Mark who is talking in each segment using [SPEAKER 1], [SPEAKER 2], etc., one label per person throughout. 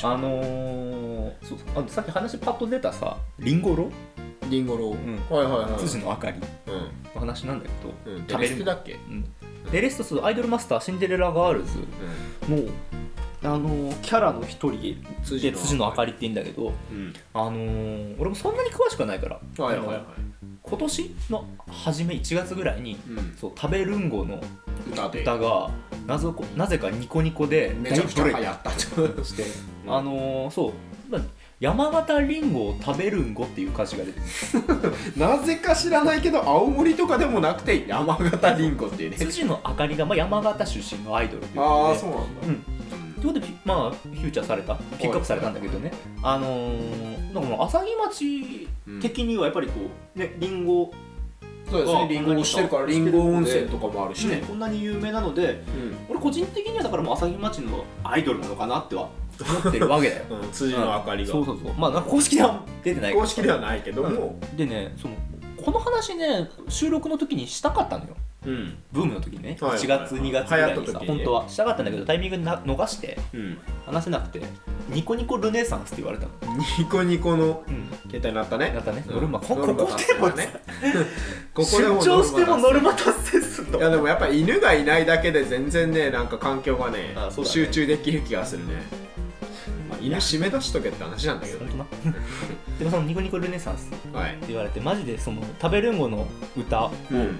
[SPEAKER 1] あのー、そうそうあのさっき話パッと出たさリンゴロ
[SPEAKER 2] リンゴロ
[SPEAKER 1] ん
[SPEAKER 2] はいはいはい
[SPEAKER 1] 辻の明かり
[SPEAKER 2] う
[SPEAKER 1] の話なんだけど、
[SPEAKER 2] んうん
[SPEAKER 1] 食
[SPEAKER 2] 食
[SPEAKER 1] べ
[SPEAKER 2] べ
[SPEAKER 1] る
[SPEAKER 2] るだっけうん
[SPEAKER 1] うん、でレストスアイドルマスターシンデレラガールズのあのーキャラの一人
[SPEAKER 2] 辻
[SPEAKER 1] で
[SPEAKER 2] の
[SPEAKER 1] 辻の明かりって言うんだけど、
[SPEAKER 2] うん
[SPEAKER 1] あのー俺もそんなに詳しくはないから
[SPEAKER 2] はいはいはい
[SPEAKER 1] あの今年の初め1月ぐらいに
[SPEAKER 2] うん
[SPEAKER 1] そう食べるんごの
[SPEAKER 2] 歌で
[SPEAKER 1] 歌がなぜこなぜかニコニコで
[SPEAKER 2] めちゃくちゃ
[SPEAKER 1] 大ブレ
[SPEAKER 2] 流
[SPEAKER 1] イク
[SPEAKER 2] 行った
[SPEAKER 1] して、
[SPEAKER 2] うん
[SPEAKER 1] あのーそうまあ山形りんごを食べるんごっていう歌詞が出てる
[SPEAKER 2] なぜか知らないけど青森とかでもなくて山形りんごっていうね
[SPEAKER 1] 辻野あかりが、まあ、山形出身のアイドルという
[SPEAKER 2] あ
[SPEAKER 1] こ
[SPEAKER 2] あ
[SPEAKER 1] と
[SPEAKER 2] そうなんだ
[SPEAKER 1] で、うん、ということで、まあ、フューチャーされたピックアップされたんだけどね、あのー、なんかもう朝日町的にはやっぱりこうねりんご
[SPEAKER 2] そうですねりんごにしてるからりんご温泉とかもあるしね
[SPEAKER 1] こんなに有名なので
[SPEAKER 2] うん
[SPEAKER 1] 俺個人的にはだからもう朝日町のアイドルなのかなっては思ってるわけ だよ
[SPEAKER 2] うん辻の明かりが
[SPEAKER 1] そうそうそうまあなんか公式では出てない
[SPEAKER 2] 公式ではないけども
[SPEAKER 1] でねそのこの話ね収録の時にしたかったのよ
[SPEAKER 2] うん
[SPEAKER 1] ブームの時にね、
[SPEAKER 2] はい
[SPEAKER 1] 1月2月ぐらいにさ
[SPEAKER 2] 流行った時にね
[SPEAKER 1] 本当はしたかったんだけどタイミングな逃して
[SPEAKER 2] うん
[SPEAKER 1] 話せなくてニコニコルネサンスって言われたの
[SPEAKER 2] ニコニコの
[SPEAKER 1] うん
[SPEAKER 2] 携帯になった
[SPEAKER 1] や
[SPEAKER 2] ね
[SPEAKER 1] ったね
[SPEAKER 2] うん
[SPEAKER 1] ノルマここ
[SPEAKER 2] ノルマ
[SPEAKER 1] こでも
[SPEAKER 2] 達成
[SPEAKER 1] ね
[SPEAKER 2] だここでも
[SPEAKER 1] 出張しても
[SPEAKER 2] ノ
[SPEAKER 1] ノ
[SPEAKER 2] ル
[SPEAKER 1] ル
[SPEAKER 2] マ
[SPEAKER 1] マ
[SPEAKER 2] 達
[SPEAKER 1] 達成すん
[SPEAKER 2] 成い
[SPEAKER 1] の
[SPEAKER 2] やでもやっぱ犬がいないだけで全然ねなんか環境がね
[SPEAKER 1] あそうだね
[SPEAKER 2] 集中できる気がするねまあ犬締め出しとけって話なんだけど
[SPEAKER 1] 本
[SPEAKER 2] ね
[SPEAKER 1] 当なでもそのニコニコルネサンスって
[SPEAKER 2] はい
[SPEAKER 1] 言われてマジでその食べるんごの歌を
[SPEAKER 2] うん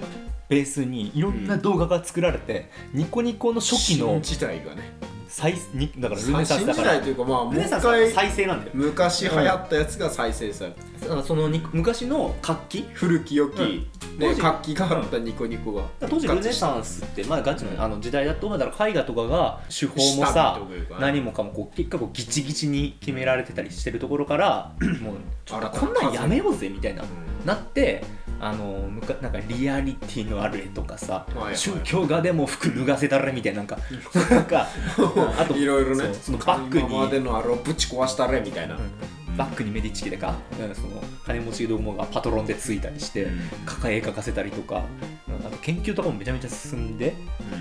[SPEAKER 1] ベースにいろんな動画が作られて、ニコニコの初期の
[SPEAKER 2] 新時代がね
[SPEAKER 1] 再にだからルネサンス
[SPEAKER 2] 新
[SPEAKER 1] だ
[SPEAKER 2] 時
[SPEAKER 1] か
[SPEAKER 2] 代
[SPEAKER 1] ら
[SPEAKER 2] というかまあもう
[SPEAKER 1] ルネ
[SPEAKER 2] 一
[SPEAKER 1] サンスは
[SPEAKER 2] 回
[SPEAKER 1] 再生なんだよ
[SPEAKER 2] 昔流行ったやつが再生された
[SPEAKER 1] だからそのニコ昔の活気
[SPEAKER 2] 古き良き、
[SPEAKER 1] うん当
[SPEAKER 2] ね
[SPEAKER 1] 時
[SPEAKER 2] 活気があったニコニコが
[SPEAKER 1] 当時ルネ
[SPEAKER 2] ン
[SPEAKER 1] サンスって、まあ、ガチのあの時代だとまあだから絵画とかが手法も
[SPEAKER 2] 下
[SPEAKER 1] さ
[SPEAKER 2] 火というかね
[SPEAKER 1] 何もかもこう結構ギチギチに決められてたりしてるところからもうちょっとこんなんやめようぜみたいななってあのむかなんかリアリティのある絵とかさ、
[SPEAKER 2] いはい
[SPEAKER 1] 宗教画でも服脱がせたらみたい ななんかなんかうんあと
[SPEAKER 2] いろいろ
[SPEAKER 1] そう
[SPEAKER 2] ね
[SPEAKER 1] そのバッグに
[SPEAKER 2] 今までのあれをぶち壊したれみたいな、
[SPEAKER 1] うんバックにメディチ家でか、うんその金持ちどもがパトロンでついたりして、
[SPEAKER 2] うん
[SPEAKER 1] 抱え描かせたりとか、うんあと研究とかもめちゃめちゃ進んで、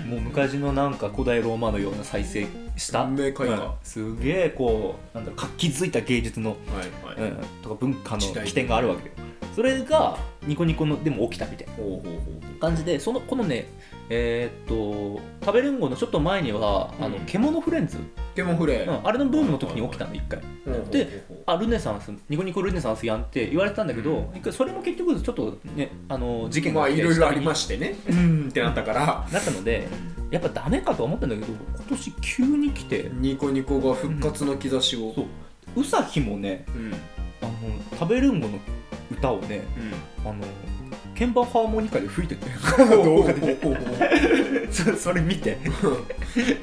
[SPEAKER 1] もう昔のなんか古代ローマのような再生した、
[SPEAKER 2] 文明絵画
[SPEAKER 1] うんすげえこうなんだろう活気づいた芸術の、
[SPEAKER 2] はい
[SPEAKER 1] うんとか文化の
[SPEAKER 2] 時代
[SPEAKER 1] 起点があるわけよそれがニコニコのでも起きたみたいな
[SPEAKER 2] ほうほうほ
[SPEAKER 1] 感じでそのこのねえーっと食べるんごのちょっと前には「あの
[SPEAKER 2] うん
[SPEAKER 1] 獣フレンズ、
[SPEAKER 2] うケモフレ
[SPEAKER 1] うんあれのブームの時に起きたの一回。であルネサンスニコニコルネサンスやんって言われてたんだけど、一回それも結局ちょっとねあの事件
[SPEAKER 2] ま
[SPEAKER 1] が
[SPEAKER 2] あ
[SPEAKER 1] 起き
[SPEAKER 2] い
[SPEAKER 1] て
[SPEAKER 2] ろいろ
[SPEAKER 1] 下
[SPEAKER 2] あ
[SPEAKER 1] 火
[SPEAKER 2] り
[SPEAKER 1] に
[SPEAKER 2] ましてねうんってなったから
[SPEAKER 1] なったのでやっぱダメかと思ったんだけど今年急に来て
[SPEAKER 2] ニコニコが復活の兆しを
[SPEAKER 1] そうウサヒもね
[SPEAKER 2] うん
[SPEAKER 1] あの食べるんごの歌をねあの鍵盤ハーモニカで吹いて て 動画でね
[SPEAKER 2] ほうほうほうほう
[SPEAKER 1] そそれ見て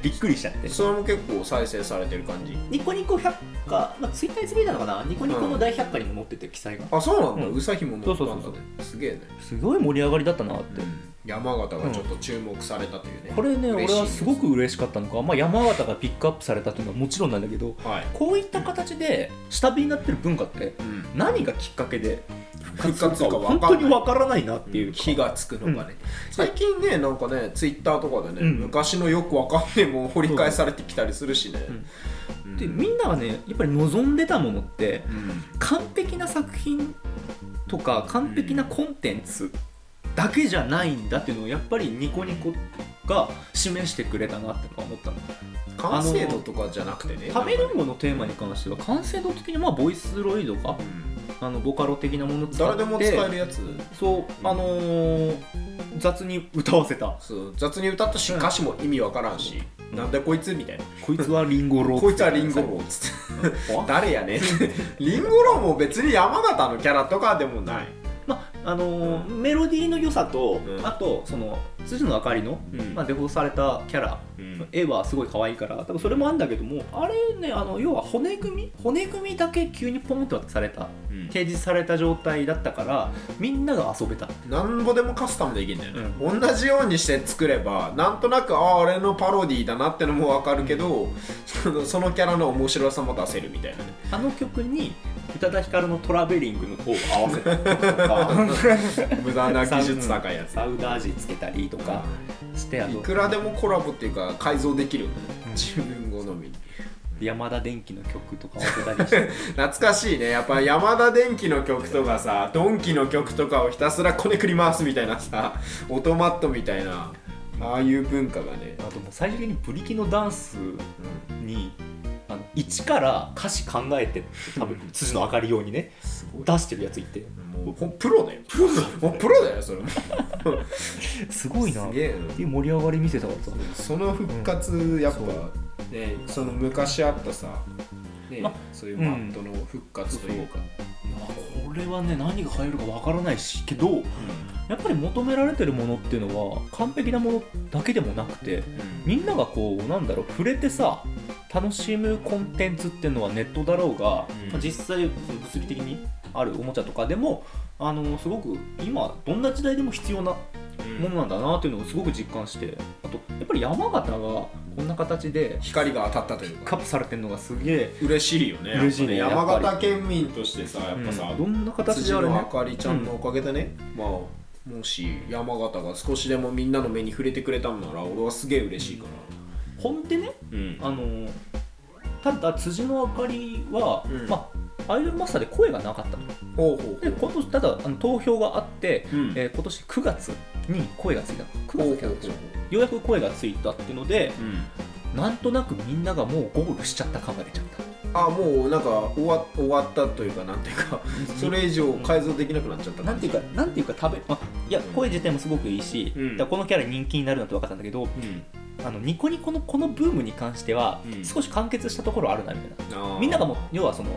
[SPEAKER 1] びっくりしちゃって
[SPEAKER 2] それも結構再生されてる感じ
[SPEAKER 1] ニコニコ百科、まあ、ツイッターにつぶやいたのかなニコニコの大百科にも載ってて記載が、
[SPEAKER 2] あそうなんだ
[SPEAKER 1] うん
[SPEAKER 2] ウサヒも乗ったん
[SPEAKER 1] そ
[SPEAKER 2] だ
[SPEAKER 1] うそう
[SPEAKER 2] ねすげえね
[SPEAKER 1] すごい盛り上がりだったなって、
[SPEAKER 2] 山形がちょっと注目されたというね
[SPEAKER 1] これね俺
[SPEAKER 2] 嬉しい
[SPEAKER 1] はすごく嬉しかったのが、まあ、山形がピックアップされたというのはもちろんなんだけど
[SPEAKER 2] はい
[SPEAKER 1] こういった形で下火になってる文化って何がきっかけで
[SPEAKER 2] 復活か分
[SPEAKER 1] 本
[SPEAKER 2] か
[SPEAKER 1] 当
[SPEAKER 2] ん
[SPEAKER 1] に
[SPEAKER 2] ない
[SPEAKER 1] 分からないなっていうか、
[SPEAKER 2] 火がつくのがね、
[SPEAKER 1] ん
[SPEAKER 2] 最近ねなんかねツイッターとかでね、
[SPEAKER 1] うん
[SPEAKER 2] 昔のよくわかんねえもん掘り返されてきたりするしね、うん
[SPEAKER 1] でみんながねやっぱり望んでたものって完璧な作品とか完璧なコンテンツだけじゃないんだっていうのをやっぱりニコニコが示してくれたなってのは思ったの
[SPEAKER 2] 完成度とかじゃなくてね
[SPEAKER 1] 食べるものテーマに関しては完成度的にまあボイスロイドか
[SPEAKER 2] うん
[SPEAKER 1] あのボカロ的なもの使って
[SPEAKER 2] 誰でも使えるやつ
[SPEAKER 1] そうあのー雑に歌わせた
[SPEAKER 2] そう雑に歌ったし
[SPEAKER 1] うん
[SPEAKER 2] 歌詞も意味わからんし、
[SPEAKER 1] うん
[SPEAKER 2] なんでこいつみたいな、
[SPEAKER 1] こいつはリンゴロー
[SPEAKER 2] こいつはリンゴローっつって
[SPEAKER 1] うん
[SPEAKER 2] 誰やねん リンゴローも別に山形のキャラとかでもない、
[SPEAKER 1] まああのーメロディーの良さと、
[SPEAKER 2] うん
[SPEAKER 1] あとその辻野あかりの、
[SPEAKER 2] うん
[SPEAKER 1] まあ、デフォされたキャラ
[SPEAKER 2] うん
[SPEAKER 1] 絵はすごい可愛いから多分それもあるんだけどもあれねあの要は骨組み骨組みだけ急にポンとされた提示された状態だったからみんなが遊べた
[SPEAKER 2] なんぼでもカスタムできるんだよね、同じようにして作ればなんとなくあああれのパロディーだなってのもわかるけど、そのそのキャラの面白さも出せるみたいなね
[SPEAKER 1] あの曲に宇多田ヒカルの「トラベリング」の方を合わせたりと か
[SPEAKER 2] 無駄な技術高いや つ
[SPEAKER 1] サウダージつけたりとかしてあ
[SPEAKER 2] い
[SPEAKER 1] の
[SPEAKER 2] くらでもコラボっていうか改造できるよね、自分好みに
[SPEAKER 1] でで山田電機の曲とかを当てたり して
[SPEAKER 2] 懐かしいねやっぱ山田電機の曲とかさドンキの曲とかをひたすらこねくり回すみたいなさオートマットみたいなああいう文化がね
[SPEAKER 1] あ、ともう最終的にブリキのダンスにあの一から歌詞考えて多分辻の明かり用にね
[SPEAKER 2] すごい
[SPEAKER 1] 出してるやついて
[SPEAKER 2] もうほんプロだよプロだよもうプロだよそれも
[SPEAKER 1] すごいなっ
[SPEAKER 2] す
[SPEAKER 1] て
[SPEAKER 2] げえな
[SPEAKER 1] いう盛り上がり見せたかった
[SPEAKER 2] その復活やっぱ、ねその昔あったさ、ね
[SPEAKER 1] ま
[SPEAKER 2] そういうバンドの復活というか、
[SPEAKER 1] これはね何が入るかわからないしけどやっぱり求められてるものっていうのは完璧なものだけでもなくてみんながこうなんだろう触れてさ楽しむコンテンツっていうのはネットだろうが、
[SPEAKER 2] うん
[SPEAKER 1] まあ実際その物理的にあるおもちゃとかでもあのすごく今どんな時代でも必要なものなんだなというのをすごく実感してあとやっぱり山形がこんな形で
[SPEAKER 2] 光が当たったという
[SPEAKER 1] カ
[SPEAKER 2] か
[SPEAKER 1] ップされてるのがすげえ
[SPEAKER 2] 嬉しいよね
[SPEAKER 1] 嬉しいね
[SPEAKER 2] やっ
[SPEAKER 1] やっ
[SPEAKER 2] ぱ
[SPEAKER 1] ぱり
[SPEAKER 2] 山形県民としてさやっぱさ、
[SPEAKER 1] うんどんな形
[SPEAKER 2] 辻
[SPEAKER 1] である
[SPEAKER 2] のあ
[SPEAKER 1] ね
[SPEAKER 2] かりちゃんのおかげでね、まあもし山形が少しでもみんなの目に触れてくれたんなら俺はすげえ嬉しいから、
[SPEAKER 1] ほんでね
[SPEAKER 2] うん
[SPEAKER 1] あのただ辻の明かりは、
[SPEAKER 2] うん
[SPEAKER 1] まあ、アイドルマスターで声がなかったの
[SPEAKER 2] ほうほう
[SPEAKER 1] で今年ただあの投票があって、
[SPEAKER 2] うん
[SPEAKER 1] えー今年9月に声がついたの9月
[SPEAKER 2] ほう
[SPEAKER 1] だけだったでしょようやく声がついたっていうのでなんとなくみんながもうゴールしちゃった感が出ちゃった
[SPEAKER 2] あもうなんか終わ終わったというかなんていうかそれ以上改造できなくなっちゃった
[SPEAKER 1] なんていうかなんていうか食べあいや声自体もすごくいいし、
[SPEAKER 2] うん
[SPEAKER 1] だからこのキャラ人気になるなって分かったんだけど
[SPEAKER 2] うん
[SPEAKER 1] あのニコニコのこのブームに関しては、
[SPEAKER 2] うん
[SPEAKER 1] 少し完結したところあるなみたいな
[SPEAKER 2] あー
[SPEAKER 1] みんながもう要はその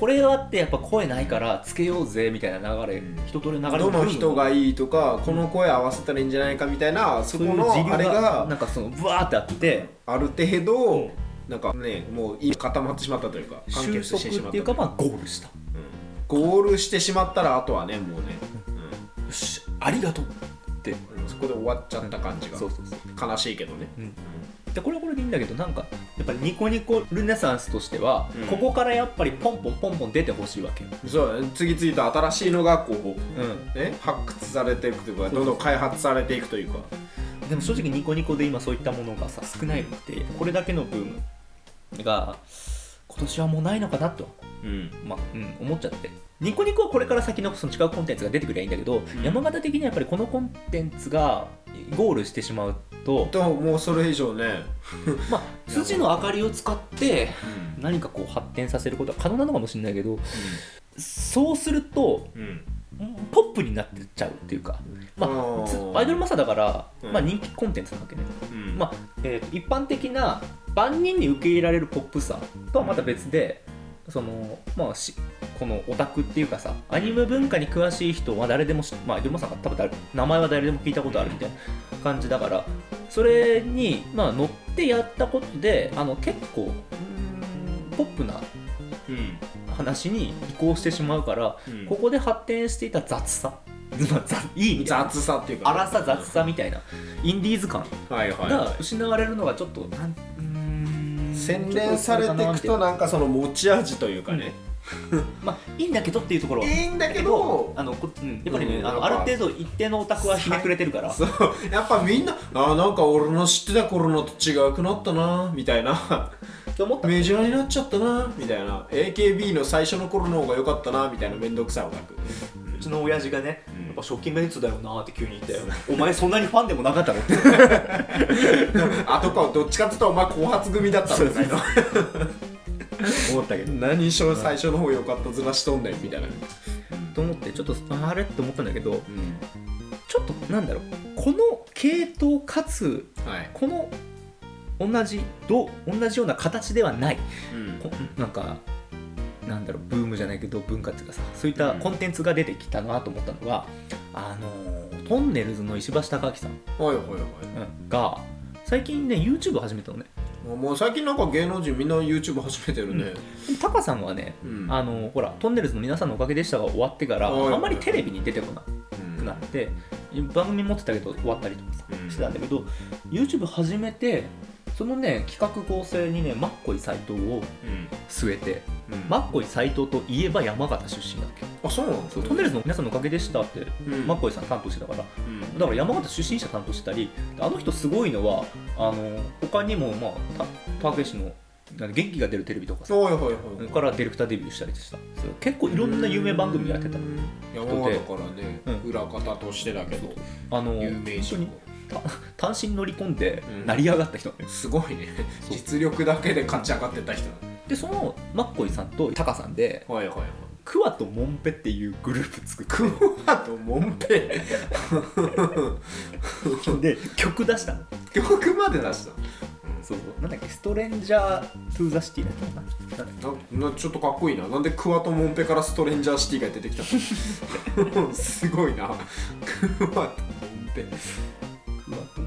[SPEAKER 1] これがあってやっぱ声ないからつけようぜみたいな流れ、
[SPEAKER 2] うん
[SPEAKER 1] 人とれ流れ
[SPEAKER 2] どの人がいいとかこの声合わせたらいいんじゃないかみたいなそこのあれ
[SPEAKER 1] な
[SPEAKER 2] が
[SPEAKER 1] んかそのブワーってあって
[SPEAKER 2] ある程
[SPEAKER 1] う
[SPEAKER 2] 度
[SPEAKER 1] ん
[SPEAKER 2] なんかねもういい固まってしまったというか完
[SPEAKER 1] 収
[SPEAKER 2] 結してし
[SPEAKER 1] 束っ
[SPEAKER 2] まって
[SPEAKER 1] い
[SPEAKER 2] た
[SPEAKER 1] うかまあゴールしたよ
[SPEAKER 2] うんゴールしてしまったらあとはねもうね、
[SPEAKER 1] しありがとうって
[SPEAKER 2] うんそこで終わっちゃった感じが
[SPEAKER 1] そうそうそう
[SPEAKER 2] 悲しいけどね
[SPEAKER 1] でこれはこれでいいんだけどなんかやっぱりニコニコルネサンスとしては、
[SPEAKER 2] うん
[SPEAKER 1] ここからやっぱりポンポンポンポン出てほしいわけよ、
[SPEAKER 2] そうだね次々と新しいのがこう、
[SPEAKER 1] う
[SPEAKER 2] ね、発掘されていくというか
[SPEAKER 1] そうそう
[SPEAKER 2] どんどん開発されていくというか
[SPEAKER 1] ん、でも正直ニコニコで今そういったものがさ少ないくてこれだけのブームが今年はもうないのかなと
[SPEAKER 2] うん
[SPEAKER 1] まあうん、思っちゃってニコニコはこれから先のその違うコンテンツが出てくればいいんだけど、
[SPEAKER 2] ん
[SPEAKER 1] 山形的にはやっぱりこのコンテンツがゴールしてしまうと、
[SPEAKER 2] ともうそれ以上ね、
[SPEAKER 1] まあ、筋の明かりを使って何かこう発展させることは可能なのかもしれないけどそうすると
[SPEAKER 2] うんうん
[SPEAKER 1] ポップになってっちゃうっていうか、ま
[SPEAKER 2] あ
[SPEAKER 1] あ、
[SPEAKER 2] ー
[SPEAKER 1] つアイドルマスターだから、
[SPEAKER 2] うん
[SPEAKER 1] まあ、人気コンテンツなわけね、
[SPEAKER 2] うん
[SPEAKER 1] まあえーと一般的な万人に受け入れられるポップさとはまた別で、そのまあ、しこのオタクっていうかさアニメ文化に詳しい人は誰でもし、まあ、アイドルマさんが多分誰名前は誰でも聞いたことあるみたいな感じだからそれに、まあ、乗ってやったことであの結構うーんポップな
[SPEAKER 2] うん
[SPEAKER 1] 話に移行してしまうから、
[SPEAKER 2] うん
[SPEAKER 1] ここで発展していた雑さ、 まあ、雑いい意味で
[SPEAKER 2] 雑さっていうか
[SPEAKER 1] 荒さ雑さみたいなインディーズ感
[SPEAKER 2] はいはい
[SPEAKER 1] が
[SPEAKER 2] は
[SPEAKER 1] 失われるのがちょっとなんうーん
[SPEAKER 2] い洗練されていく
[SPEAKER 1] ちょ
[SPEAKER 2] と
[SPEAKER 1] っそれかなみたいな
[SPEAKER 2] なんかその持ち味というかね、
[SPEAKER 1] まあいいんだけどっていうところはい
[SPEAKER 2] いんだけど
[SPEAKER 1] あのこうんやっぱりね、
[SPEAKER 2] うん
[SPEAKER 1] あの
[SPEAKER 2] やっぱ
[SPEAKER 1] ある程度一定のオタクはひねくれてるから
[SPEAKER 2] そうやっぱみんなあーなんか俺の知ってた頃のと違くなったなみたいな
[SPEAKER 1] って思った
[SPEAKER 2] メジャーになっちゃったなみたいな AKB の最初の頃の方が良かったなみたいな面倒くさいオタ ク
[SPEAKER 1] うちの親父がね、
[SPEAKER 2] うん
[SPEAKER 1] やっぱ初期メンツだよなって急に言ってお前そんなにファンでもなかったのって
[SPEAKER 2] あとかどっちかっていうとお前後発組だったみたいな
[SPEAKER 1] 思ったけど
[SPEAKER 2] 何しろ最初の方良かったずらしとんねんみたいな
[SPEAKER 1] と思ってちょっとあれって思ったんだけどちょっとなんだろうこの系統かつ
[SPEAKER 2] はい
[SPEAKER 1] この同じど同じような形ではないこなんかなんだろうブームじゃないけど文化っていうかさそういったコンテンツが出てきたなと思ったのが、あのートンネルズの石橋貴明さん
[SPEAKER 2] はいはいは
[SPEAKER 1] う
[SPEAKER 2] い
[SPEAKER 1] んが最近ね YouTube を始めたのね
[SPEAKER 2] もうもう最近なんか芸能人みんな YouTube 始めてるね
[SPEAKER 1] でもタカさんはね、
[SPEAKER 2] うん
[SPEAKER 1] あのーほら「トンネルズの皆さんのおかげでした」が終わってから
[SPEAKER 2] はい
[SPEAKER 1] あんまりテレビに出てこなくなって番組持ってたけど終わったりとかさ
[SPEAKER 2] うん
[SPEAKER 1] してたんだけど YouTube 始めてそのね企画構成にねマッコイ斎藤を
[SPEAKER 2] うん
[SPEAKER 1] 据えて
[SPEAKER 2] うん
[SPEAKER 1] マッコイ斎藤といえば山形出身だっけ
[SPEAKER 2] あそうなんです
[SPEAKER 1] そう
[SPEAKER 2] か
[SPEAKER 1] トンネルズの皆さんのおかげでしたって、
[SPEAKER 2] うん
[SPEAKER 1] マッコイさん担当してたからだ
[SPEAKER 2] うん
[SPEAKER 1] から山形出身者担当してたりあの人すごいのはあの他にもまあたたけしのなんか元気が出るテレビとかさ
[SPEAKER 2] おいほいほい
[SPEAKER 1] からディレクターデビューしたりしたそう結構いろんな有名番組やってたの
[SPEAKER 2] 山形からね、
[SPEAKER 1] うん
[SPEAKER 2] 裏方としてだけど
[SPEAKER 1] あの
[SPEAKER 2] 有名
[SPEAKER 1] 本当
[SPEAKER 2] 人
[SPEAKER 1] にた単身乗り込んで
[SPEAKER 2] うん
[SPEAKER 1] 成り上がった人なんです、
[SPEAKER 2] すごいね
[SPEAKER 1] そう
[SPEAKER 2] 実力だけで勝ち上がってた人
[SPEAKER 1] でそのマッコイさんとタカさんで
[SPEAKER 2] はいはいはい
[SPEAKER 1] クワとモンペっていうグループ作って
[SPEAKER 2] クワとモンペ
[SPEAKER 1] で曲出したの
[SPEAKER 2] 曲まで出した
[SPEAKER 1] そうそうなんだっけストレンジャー・トゥ・ザ・シティだったかななんだっけ
[SPEAKER 2] ななちょっとかっこいいななんでクワとモンペからストレンジャーシティが出てきたのすごいなクワとモンペ、
[SPEAKER 1] クワとモン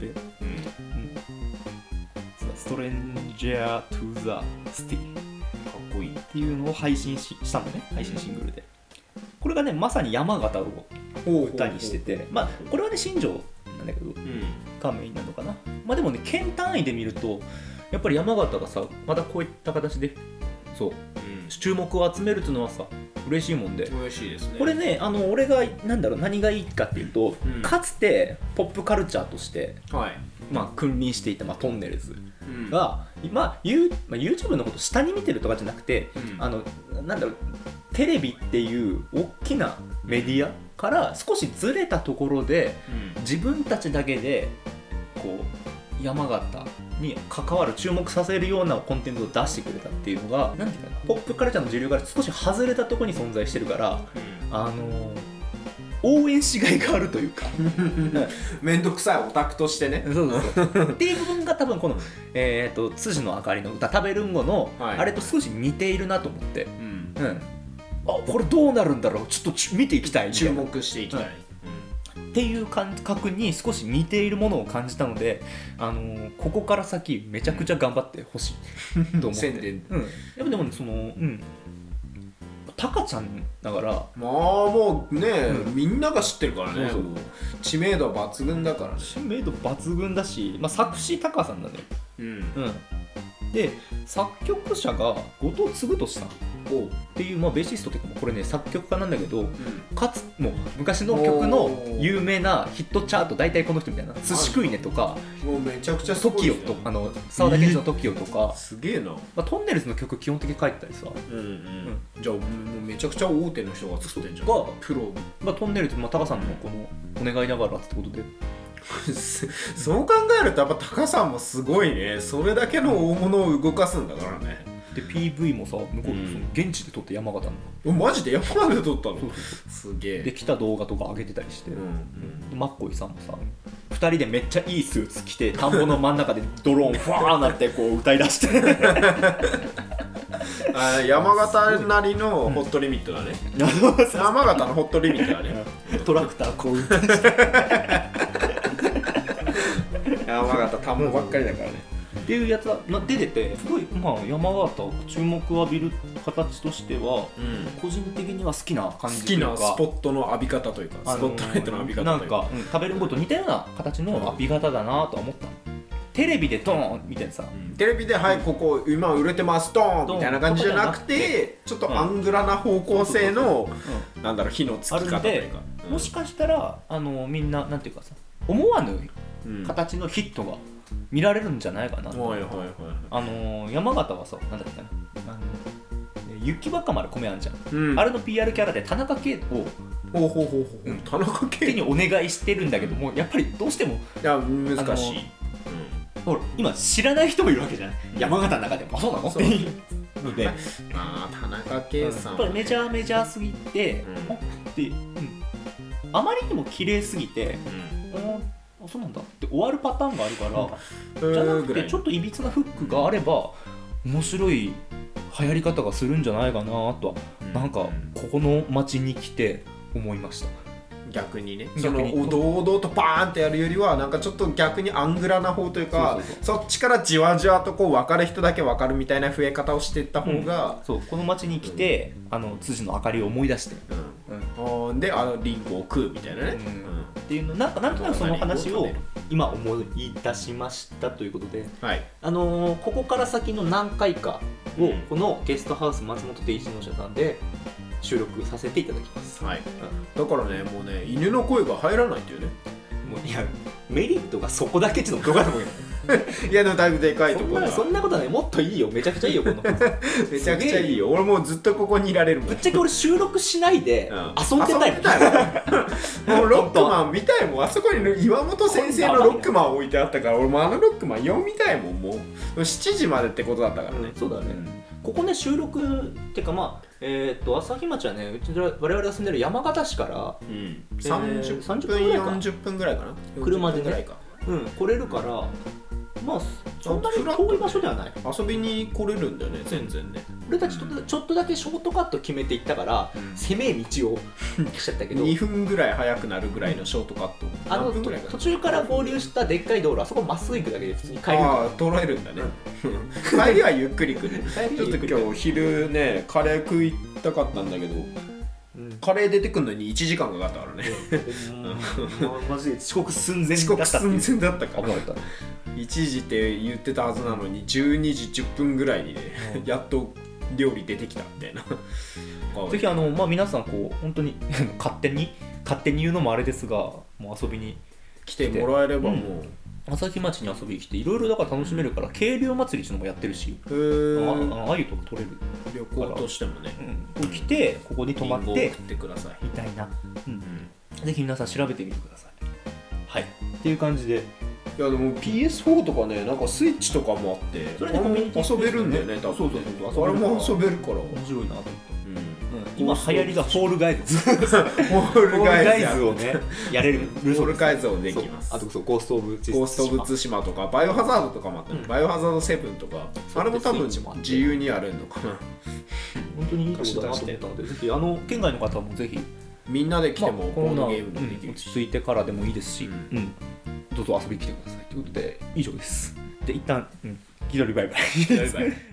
[SPEAKER 1] ペストレンジャー・トゥ・ザ・スティ
[SPEAKER 2] かっこいい
[SPEAKER 1] っていうのを配信ししたのね配信シングルでこれがねまさに山形を歌にしててまあこれはね新庄なんだけど
[SPEAKER 2] うん
[SPEAKER 1] がメインなのかなまあでもね県単位で見るとやっぱり山形がさまたこういった形でそう注目を集めるっていうのはさ嬉しいもんで
[SPEAKER 2] 美味しいですね
[SPEAKER 1] これねあの俺がなんだろう何がいいかっていうと、
[SPEAKER 2] うん
[SPEAKER 1] かつてポップカルチャーとして、
[SPEAKER 2] はい、
[SPEAKER 1] まあ、君臨していた、まあ、トンネルズ
[SPEAKER 2] うん
[SPEAKER 1] が、まあ you まあ、YouTube のこと下に見てるとかじゃなくて、
[SPEAKER 2] うん
[SPEAKER 1] あのなんだろうテレビっていう大きなメディアから少しずれたところで
[SPEAKER 2] うん
[SPEAKER 1] 自分たちだけでこう山形に関わる注目させるようなコンテンツを出してくれたっていうのがなんていうかなポップカルチャーの時流から少し外れたところに存在してるからあの応援しがいがあるというか
[SPEAKER 2] めんどくさいオタクとしてね、
[SPEAKER 1] そうそうそう っていう部分が多分この「えー、と辻の明かりの歌食べるんごの」
[SPEAKER 2] はい
[SPEAKER 1] あれと少し似ているなと思って、うん、あこれどうなるんだろうちょっとち見ていきたいみたい
[SPEAKER 2] 注
[SPEAKER 1] な
[SPEAKER 2] 目していきたい、
[SPEAKER 1] っていう感覚に少し似ているものを感じたので、あのーここから先めちゃくちゃ頑張ってほしいと思って、
[SPEAKER 2] 宣伝
[SPEAKER 1] うん、やっぱでもねそのうんタカちゃんだから
[SPEAKER 2] まあもうね、
[SPEAKER 1] う
[SPEAKER 2] みんなが知ってるからね
[SPEAKER 1] そうそう
[SPEAKER 2] もう知名度は抜群だからね、
[SPEAKER 1] 知名度抜群だし、まあ、作詞タカさんなんだよ、
[SPEAKER 2] うん、
[SPEAKER 1] うん、で作曲者が後藤嗣俊さんっ
[SPEAKER 2] おう、
[SPEAKER 1] ていう、まあ、ベーシストっていうかこれね作曲家なんだけどかつもう昔の曲の有名なヒットチャート大体この人みたいな「寿司食いね」とか
[SPEAKER 2] もうめちゃくち
[SPEAKER 1] 「
[SPEAKER 2] ゃすご
[SPEAKER 1] TOKIO」
[SPEAKER 2] いじゃ
[SPEAKER 1] と
[SPEAKER 2] ん
[SPEAKER 1] あの沢田研二の「TOKIO」とか、
[SPEAKER 2] すげえな
[SPEAKER 1] まあ、トンネルズの曲基本的に書いてたりさ、
[SPEAKER 2] うんうん、じゃあもうめちゃくちゃ大手の人が作ってんじゃん
[SPEAKER 1] が
[SPEAKER 2] プロ
[SPEAKER 1] まあ、トンネルズもタカさんのこのお願いだからってことで
[SPEAKER 2] そう考えるとやっぱ高さんもすごいねそれだけの大物を動かすんだからね
[SPEAKER 1] で PV もさ向こう、
[SPEAKER 2] うん
[SPEAKER 1] その現地で撮って山形の
[SPEAKER 2] おマジで山まで撮ったのすげ
[SPEAKER 1] で
[SPEAKER 2] え
[SPEAKER 1] 来た動画とか上げてたりして、
[SPEAKER 2] うんうん
[SPEAKER 1] マッコイさんもさ2人でめっちゃいいスーツ着て田んぼの真ん中でドローンファーなってこう歌いだして
[SPEAKER 2] あ山形なりのホットリミットだね、
[SPEAKER 1] あのさ
[SPEAKER 2] 山形のホットリミッ トだね
[SPEAKER 1] トラクターこう運転して
[SPEAKER 2] 山形田んぼばっかりだからね
[SPEAKER 1] っていうやつがな出ててすごい、まあ、山形注目を浴びる形としては
[SPEAKER 2] うん
[SPEAKER 1] 個人的には好きな
[SPEAKER 2] 好
[SPEAKER 1] 感じという
[SPEAKER 2] き
[SPEAKER 1] か
[SPEAKER 2] なスポットの浴び方というかスポットライトの浴び方
[SPEAKER 1] なん
[SPEAKER 2] というか
[SPEAKER 1] か、うん食べること似たような形の浴び方だなとは思ったテレビでドーンみたいなさ、
[SPEAKER 2] うんテレビで「はいここ今売れてますドーン!」みたいな感じじゃなくてちょっとアングラな方向性の
[SPEAKER 1] う
[SPEAKER 2] なんだろう火のつき方というか
[SPEAKER 1] んもしかしたらあのみんななんていうかさ思わぬ
[SPEAKER 2] うんはい
[SPEAKER 1] 形のヒットが見られるんじゃないかな、
[SPEAKER 2] はいは
[SPEAKER 1] あの山形はさなんだっけなあの雪ばっかまで米あんじゃん、
[SPEAKER 2] いうん
[SPEAKER 1] あれの PR キャラで田中圭を
[SPEAKER 2] ほうほうほうほ
[SPEAKER 1] う
[SPEAKER 2] うん田中
[SPEAKER 1] 手
[SPEAKER 2] 圭い
[SPEAKER 1] にお願いしてるんだけどもやっぱりどうしても
[SPEAKER 2] や難しい
[SPEAKER 1] ほら今知らない人もいるわけじゃない山形の中でもあそうなのっ
[SPEAKER 2] そう
[SPEAKER 1] ていうので
[SPEAKER 2] うんまあ田中
[SPEAKER 1] や
[SPEAKER 2] 圭
[SPEAKER 1] っ
[SPEAKER 2] さん
[SPEAKER 1] ぱ
[SPEAKER 2] は
[SPEAKER 1] りメジャーメジャーすぎて、
[SPEAKER 2] うん
[SPEAKER 1] あって、うんあまりにも綺麗すぎて、
[SPEAKER 2] うん
[SPEAKER 1] あそうなんだって終わるパターンがあるから、
[SPEAKER 2] う
[SPEAKER 1] じゃな
[SPEAKER 2] ー
[SPEAKER 1] く
[SPEAKER 2] ぐらい
[SPEAKER 1] てちょっといびつなフックがあれば面白い流行り方がするんじゃないかなとは、
[SPEAKER 2] うん
[SPEAKER 1] なんか
[SPEAKER 2] うん
[SPEAKER 1] ここの町に来て思いました。
[SPEAKER 2] 逆にねそ
[SPEAKER 1] 逆
[SPEAKER 2] の
[SPEAKER 1] に
[SPEAKER 2] お堂々とバーンってやるよりはなんかちょっと逆にアングラな方というか
[SPEAKER 1] そうそう
[SPEAKER 2] そっちからじわじわとこう分かる人だけ分かるみたいな増え方をしていった方が、
[SPEAKER 1] そうこの町に来て、あの辻の明かりを思い出して、
[SPEAKER 2] う
[SPEAKER 1] う
[SPEAKER 2] ん
[SPEAKER 1] んっ
[SPEAKER 2] あーであのリンゴを食うみたいなね、
[SPEAKER 1] うんていうのなんかなんとなくその話を今思い出しましたということで。
[SPEAKER 2] はい
[SPEAKER 1] あのーここから先の何回か
[SPEAKER 2] う
[SPEAKER 1] を
[SPEAKER 2] ん
[SPEAKER 1] このゲストハウス松本定一の社さんで収録させていただきます
[SPEAKER 2] はい、だからねもうね犬の声が入らないっていうね
[SPEAKER 1] もういやメリットがそこだけちょっとどうかと思うけど
[SPEAKER 2] いやでもだいぶでかい
[SPEAKER 1] そ
[SPEAKER 2] と
[SPEAKER 1] ん
[SPEAKER 2] ころ
[SPEAKER 1] なそんなことはねもっといいよめちゃくちゃいいよこのぶ
[SPEAKER 2] めちゃくちゃいいよ俺もうずっとここにいられるもん、う
[SPEAKER 1] っちゃけ俺収録しないで
[SPEAKER 2] ん
[SPEAKER 1] 遊んでたよ、
[SPEAKER 2] 遊んで たよもうロックマン見たいもんあそこに岩本先生のロックマン置いてあったから俺もあのロックマン読みたいもんもうでも7時までってことだったからね、
[SPEAKER 1] そうだね、ここね収録っていうかまあえーっと朝日町はねうちら我々が住んでる山形市から
[SPEAKER 2] うん、
[SPEAKER 1] えー30
[SPEAKER 2] 30分
[SPEAKER 1] 分ぐらいか
[SPEAKER 2] 40分ぐらいかな
[SPEAKER 1] 車でね
[SPEAKER 2] 40分ぐらいか
[SPEAKER 1] うん来れるからまあそんなに
[SPEAKER 2] フラットね
[SPEAKER 1] 遠い場所ではない
[SPEAKER 2] 遊びに来れるんだよね全然ね
[SPEAKER 1] 俺たちちょっとちょっとだけショートカット決めていったから、
[SPEAKER 2] うん
[SPEAKER 1] 攻めえ道をしちゃった けど
[SPEAKER 2] 2分ぐらい早くなるぐらいのショートカット
[SPEAKER 1] あの
[SPEAKER 2] 何分
[SPEAKER 1] と
[SPEAKER 2] ぐらいかな
[SPEAKER 1] 途中から合流したでっかい道路あそこまっすぐ行くだけで普通に帰れる
[SPEAKER 2] ああ捉えるんだね帰りは ゆっくり来る
[SPEAKER 1] 帰り
[SPEAKER 2] ちょっと今日昼ねカレー食いたかったんだけど
[SPEAKER 1] うん
[SPEAKER 2] カレー出てくるのに1時間かかったからね
[SPEAKER 1] うんマジで遅刻寸前
[SPEAKER 2] 遅
[SPEAKER 1] だ
[SPEAKER 2] 刻
[SPEAKER 1] ったっていう
[SPEAKER 2] 寸前だったか
[SPEAKER 1] 危
[SPEAKER 2] ら
[SPEAKER 1] なかった
[SPEAKER 2] 1時って言ってたはずなのに12時10分ぐらいにね
[SPEAKER 1] うん
[SPEAKER 2] やっと料理出てきたみたいな
[SPEAKER 1] ぜひあの、まあ、皆さんこう本当に 勝手に勝手に言うのもあれですがもう遊びに
[SPEAKER 2] 来てもらえれば
[SPEAKER 1] うん
[SPEAKER 2] も
[SPEAKER 1] 朝日町に遊びに来ていろいろだから楽しめるから渓流祭りっていうのもやってるし、
[SPEAKER 2] う、
[SPEAKER 1] あ
[SPEAKER 2] へー
[SPEAKER 1] ああゆとか取れる、
[SPEAKER 2] 旅行としてもね
[SPEAKER 1] うん、来てここに泊まっ
[SPEAKER 2] リンゴを
[SPEAKER 1] て
[SPEAKER 2] 食ってください、
[SPEAKER 1] みたいな、うん
[SPEAKER 2] う、ん
[SPEAKER 1] ぜひ皆さん調べてみてくださいはいっていう感じで
[SPEAKER 2] いやでも PS4 とかねなんかスイッチとかもあって
[SPEAKER 1] それねコミュニティ
[SPEAKER 2] 遊べるんだよね多分
[SPEAKER 1] そうそうそう
[SPEAKER 2] あれも遊べるから、
[SPEAKER 1] 面白いなと思って、
[SPEAKER 2] うん
[SPEAKER 1] 今流行りがフォールガイズフォ
[SPEAKER 2] ホールガイズ
[SPEAKER 1] を ねやれる
[SPEAKER 2] ホールガイズをできます
[SPEAKER 1] あとそうゴースト・オブ・ジェス
[SPEAKER 2] ゴースト・オブ・ツシマとかバイオハザードとかもあったね、
[SPEAKER 1] うん
[SPEAKER 2] バイオハザード7とか
[SPEAKER 1] そう
[SPEAKER 2] あれも多分
[SPEAKER 1] スイッチもあって
[SPEAKER 2] 自由にやれるのかな
[SPEAKER 1] 本当にいいとこだなと思ったのでぜひあの県外の方もぜひ
[SPEAKER 2] みんなで来ても
[SPEAKER 1] こ
[SPEAKER 2] ボー
[SPEAKER 1] んな
[SPEAKER 2] ド
[SPEAKER 1] う
[SPEAKER 2] ゲームもで
[SPEAKER 1] ん
[SPEAKER 2] き
[SPEAKER 1] 落
[SPEAKER 2] るし、
[SPEAKER 1] ち着いてからでもいいですし、
[SPEAKER 2] うん
[SPEAKER 1] うんどうぞ遊びに来てくださいということで以上ですで一旦、うん、ギドリバイバイ
[SPEAKER 2] バイバイ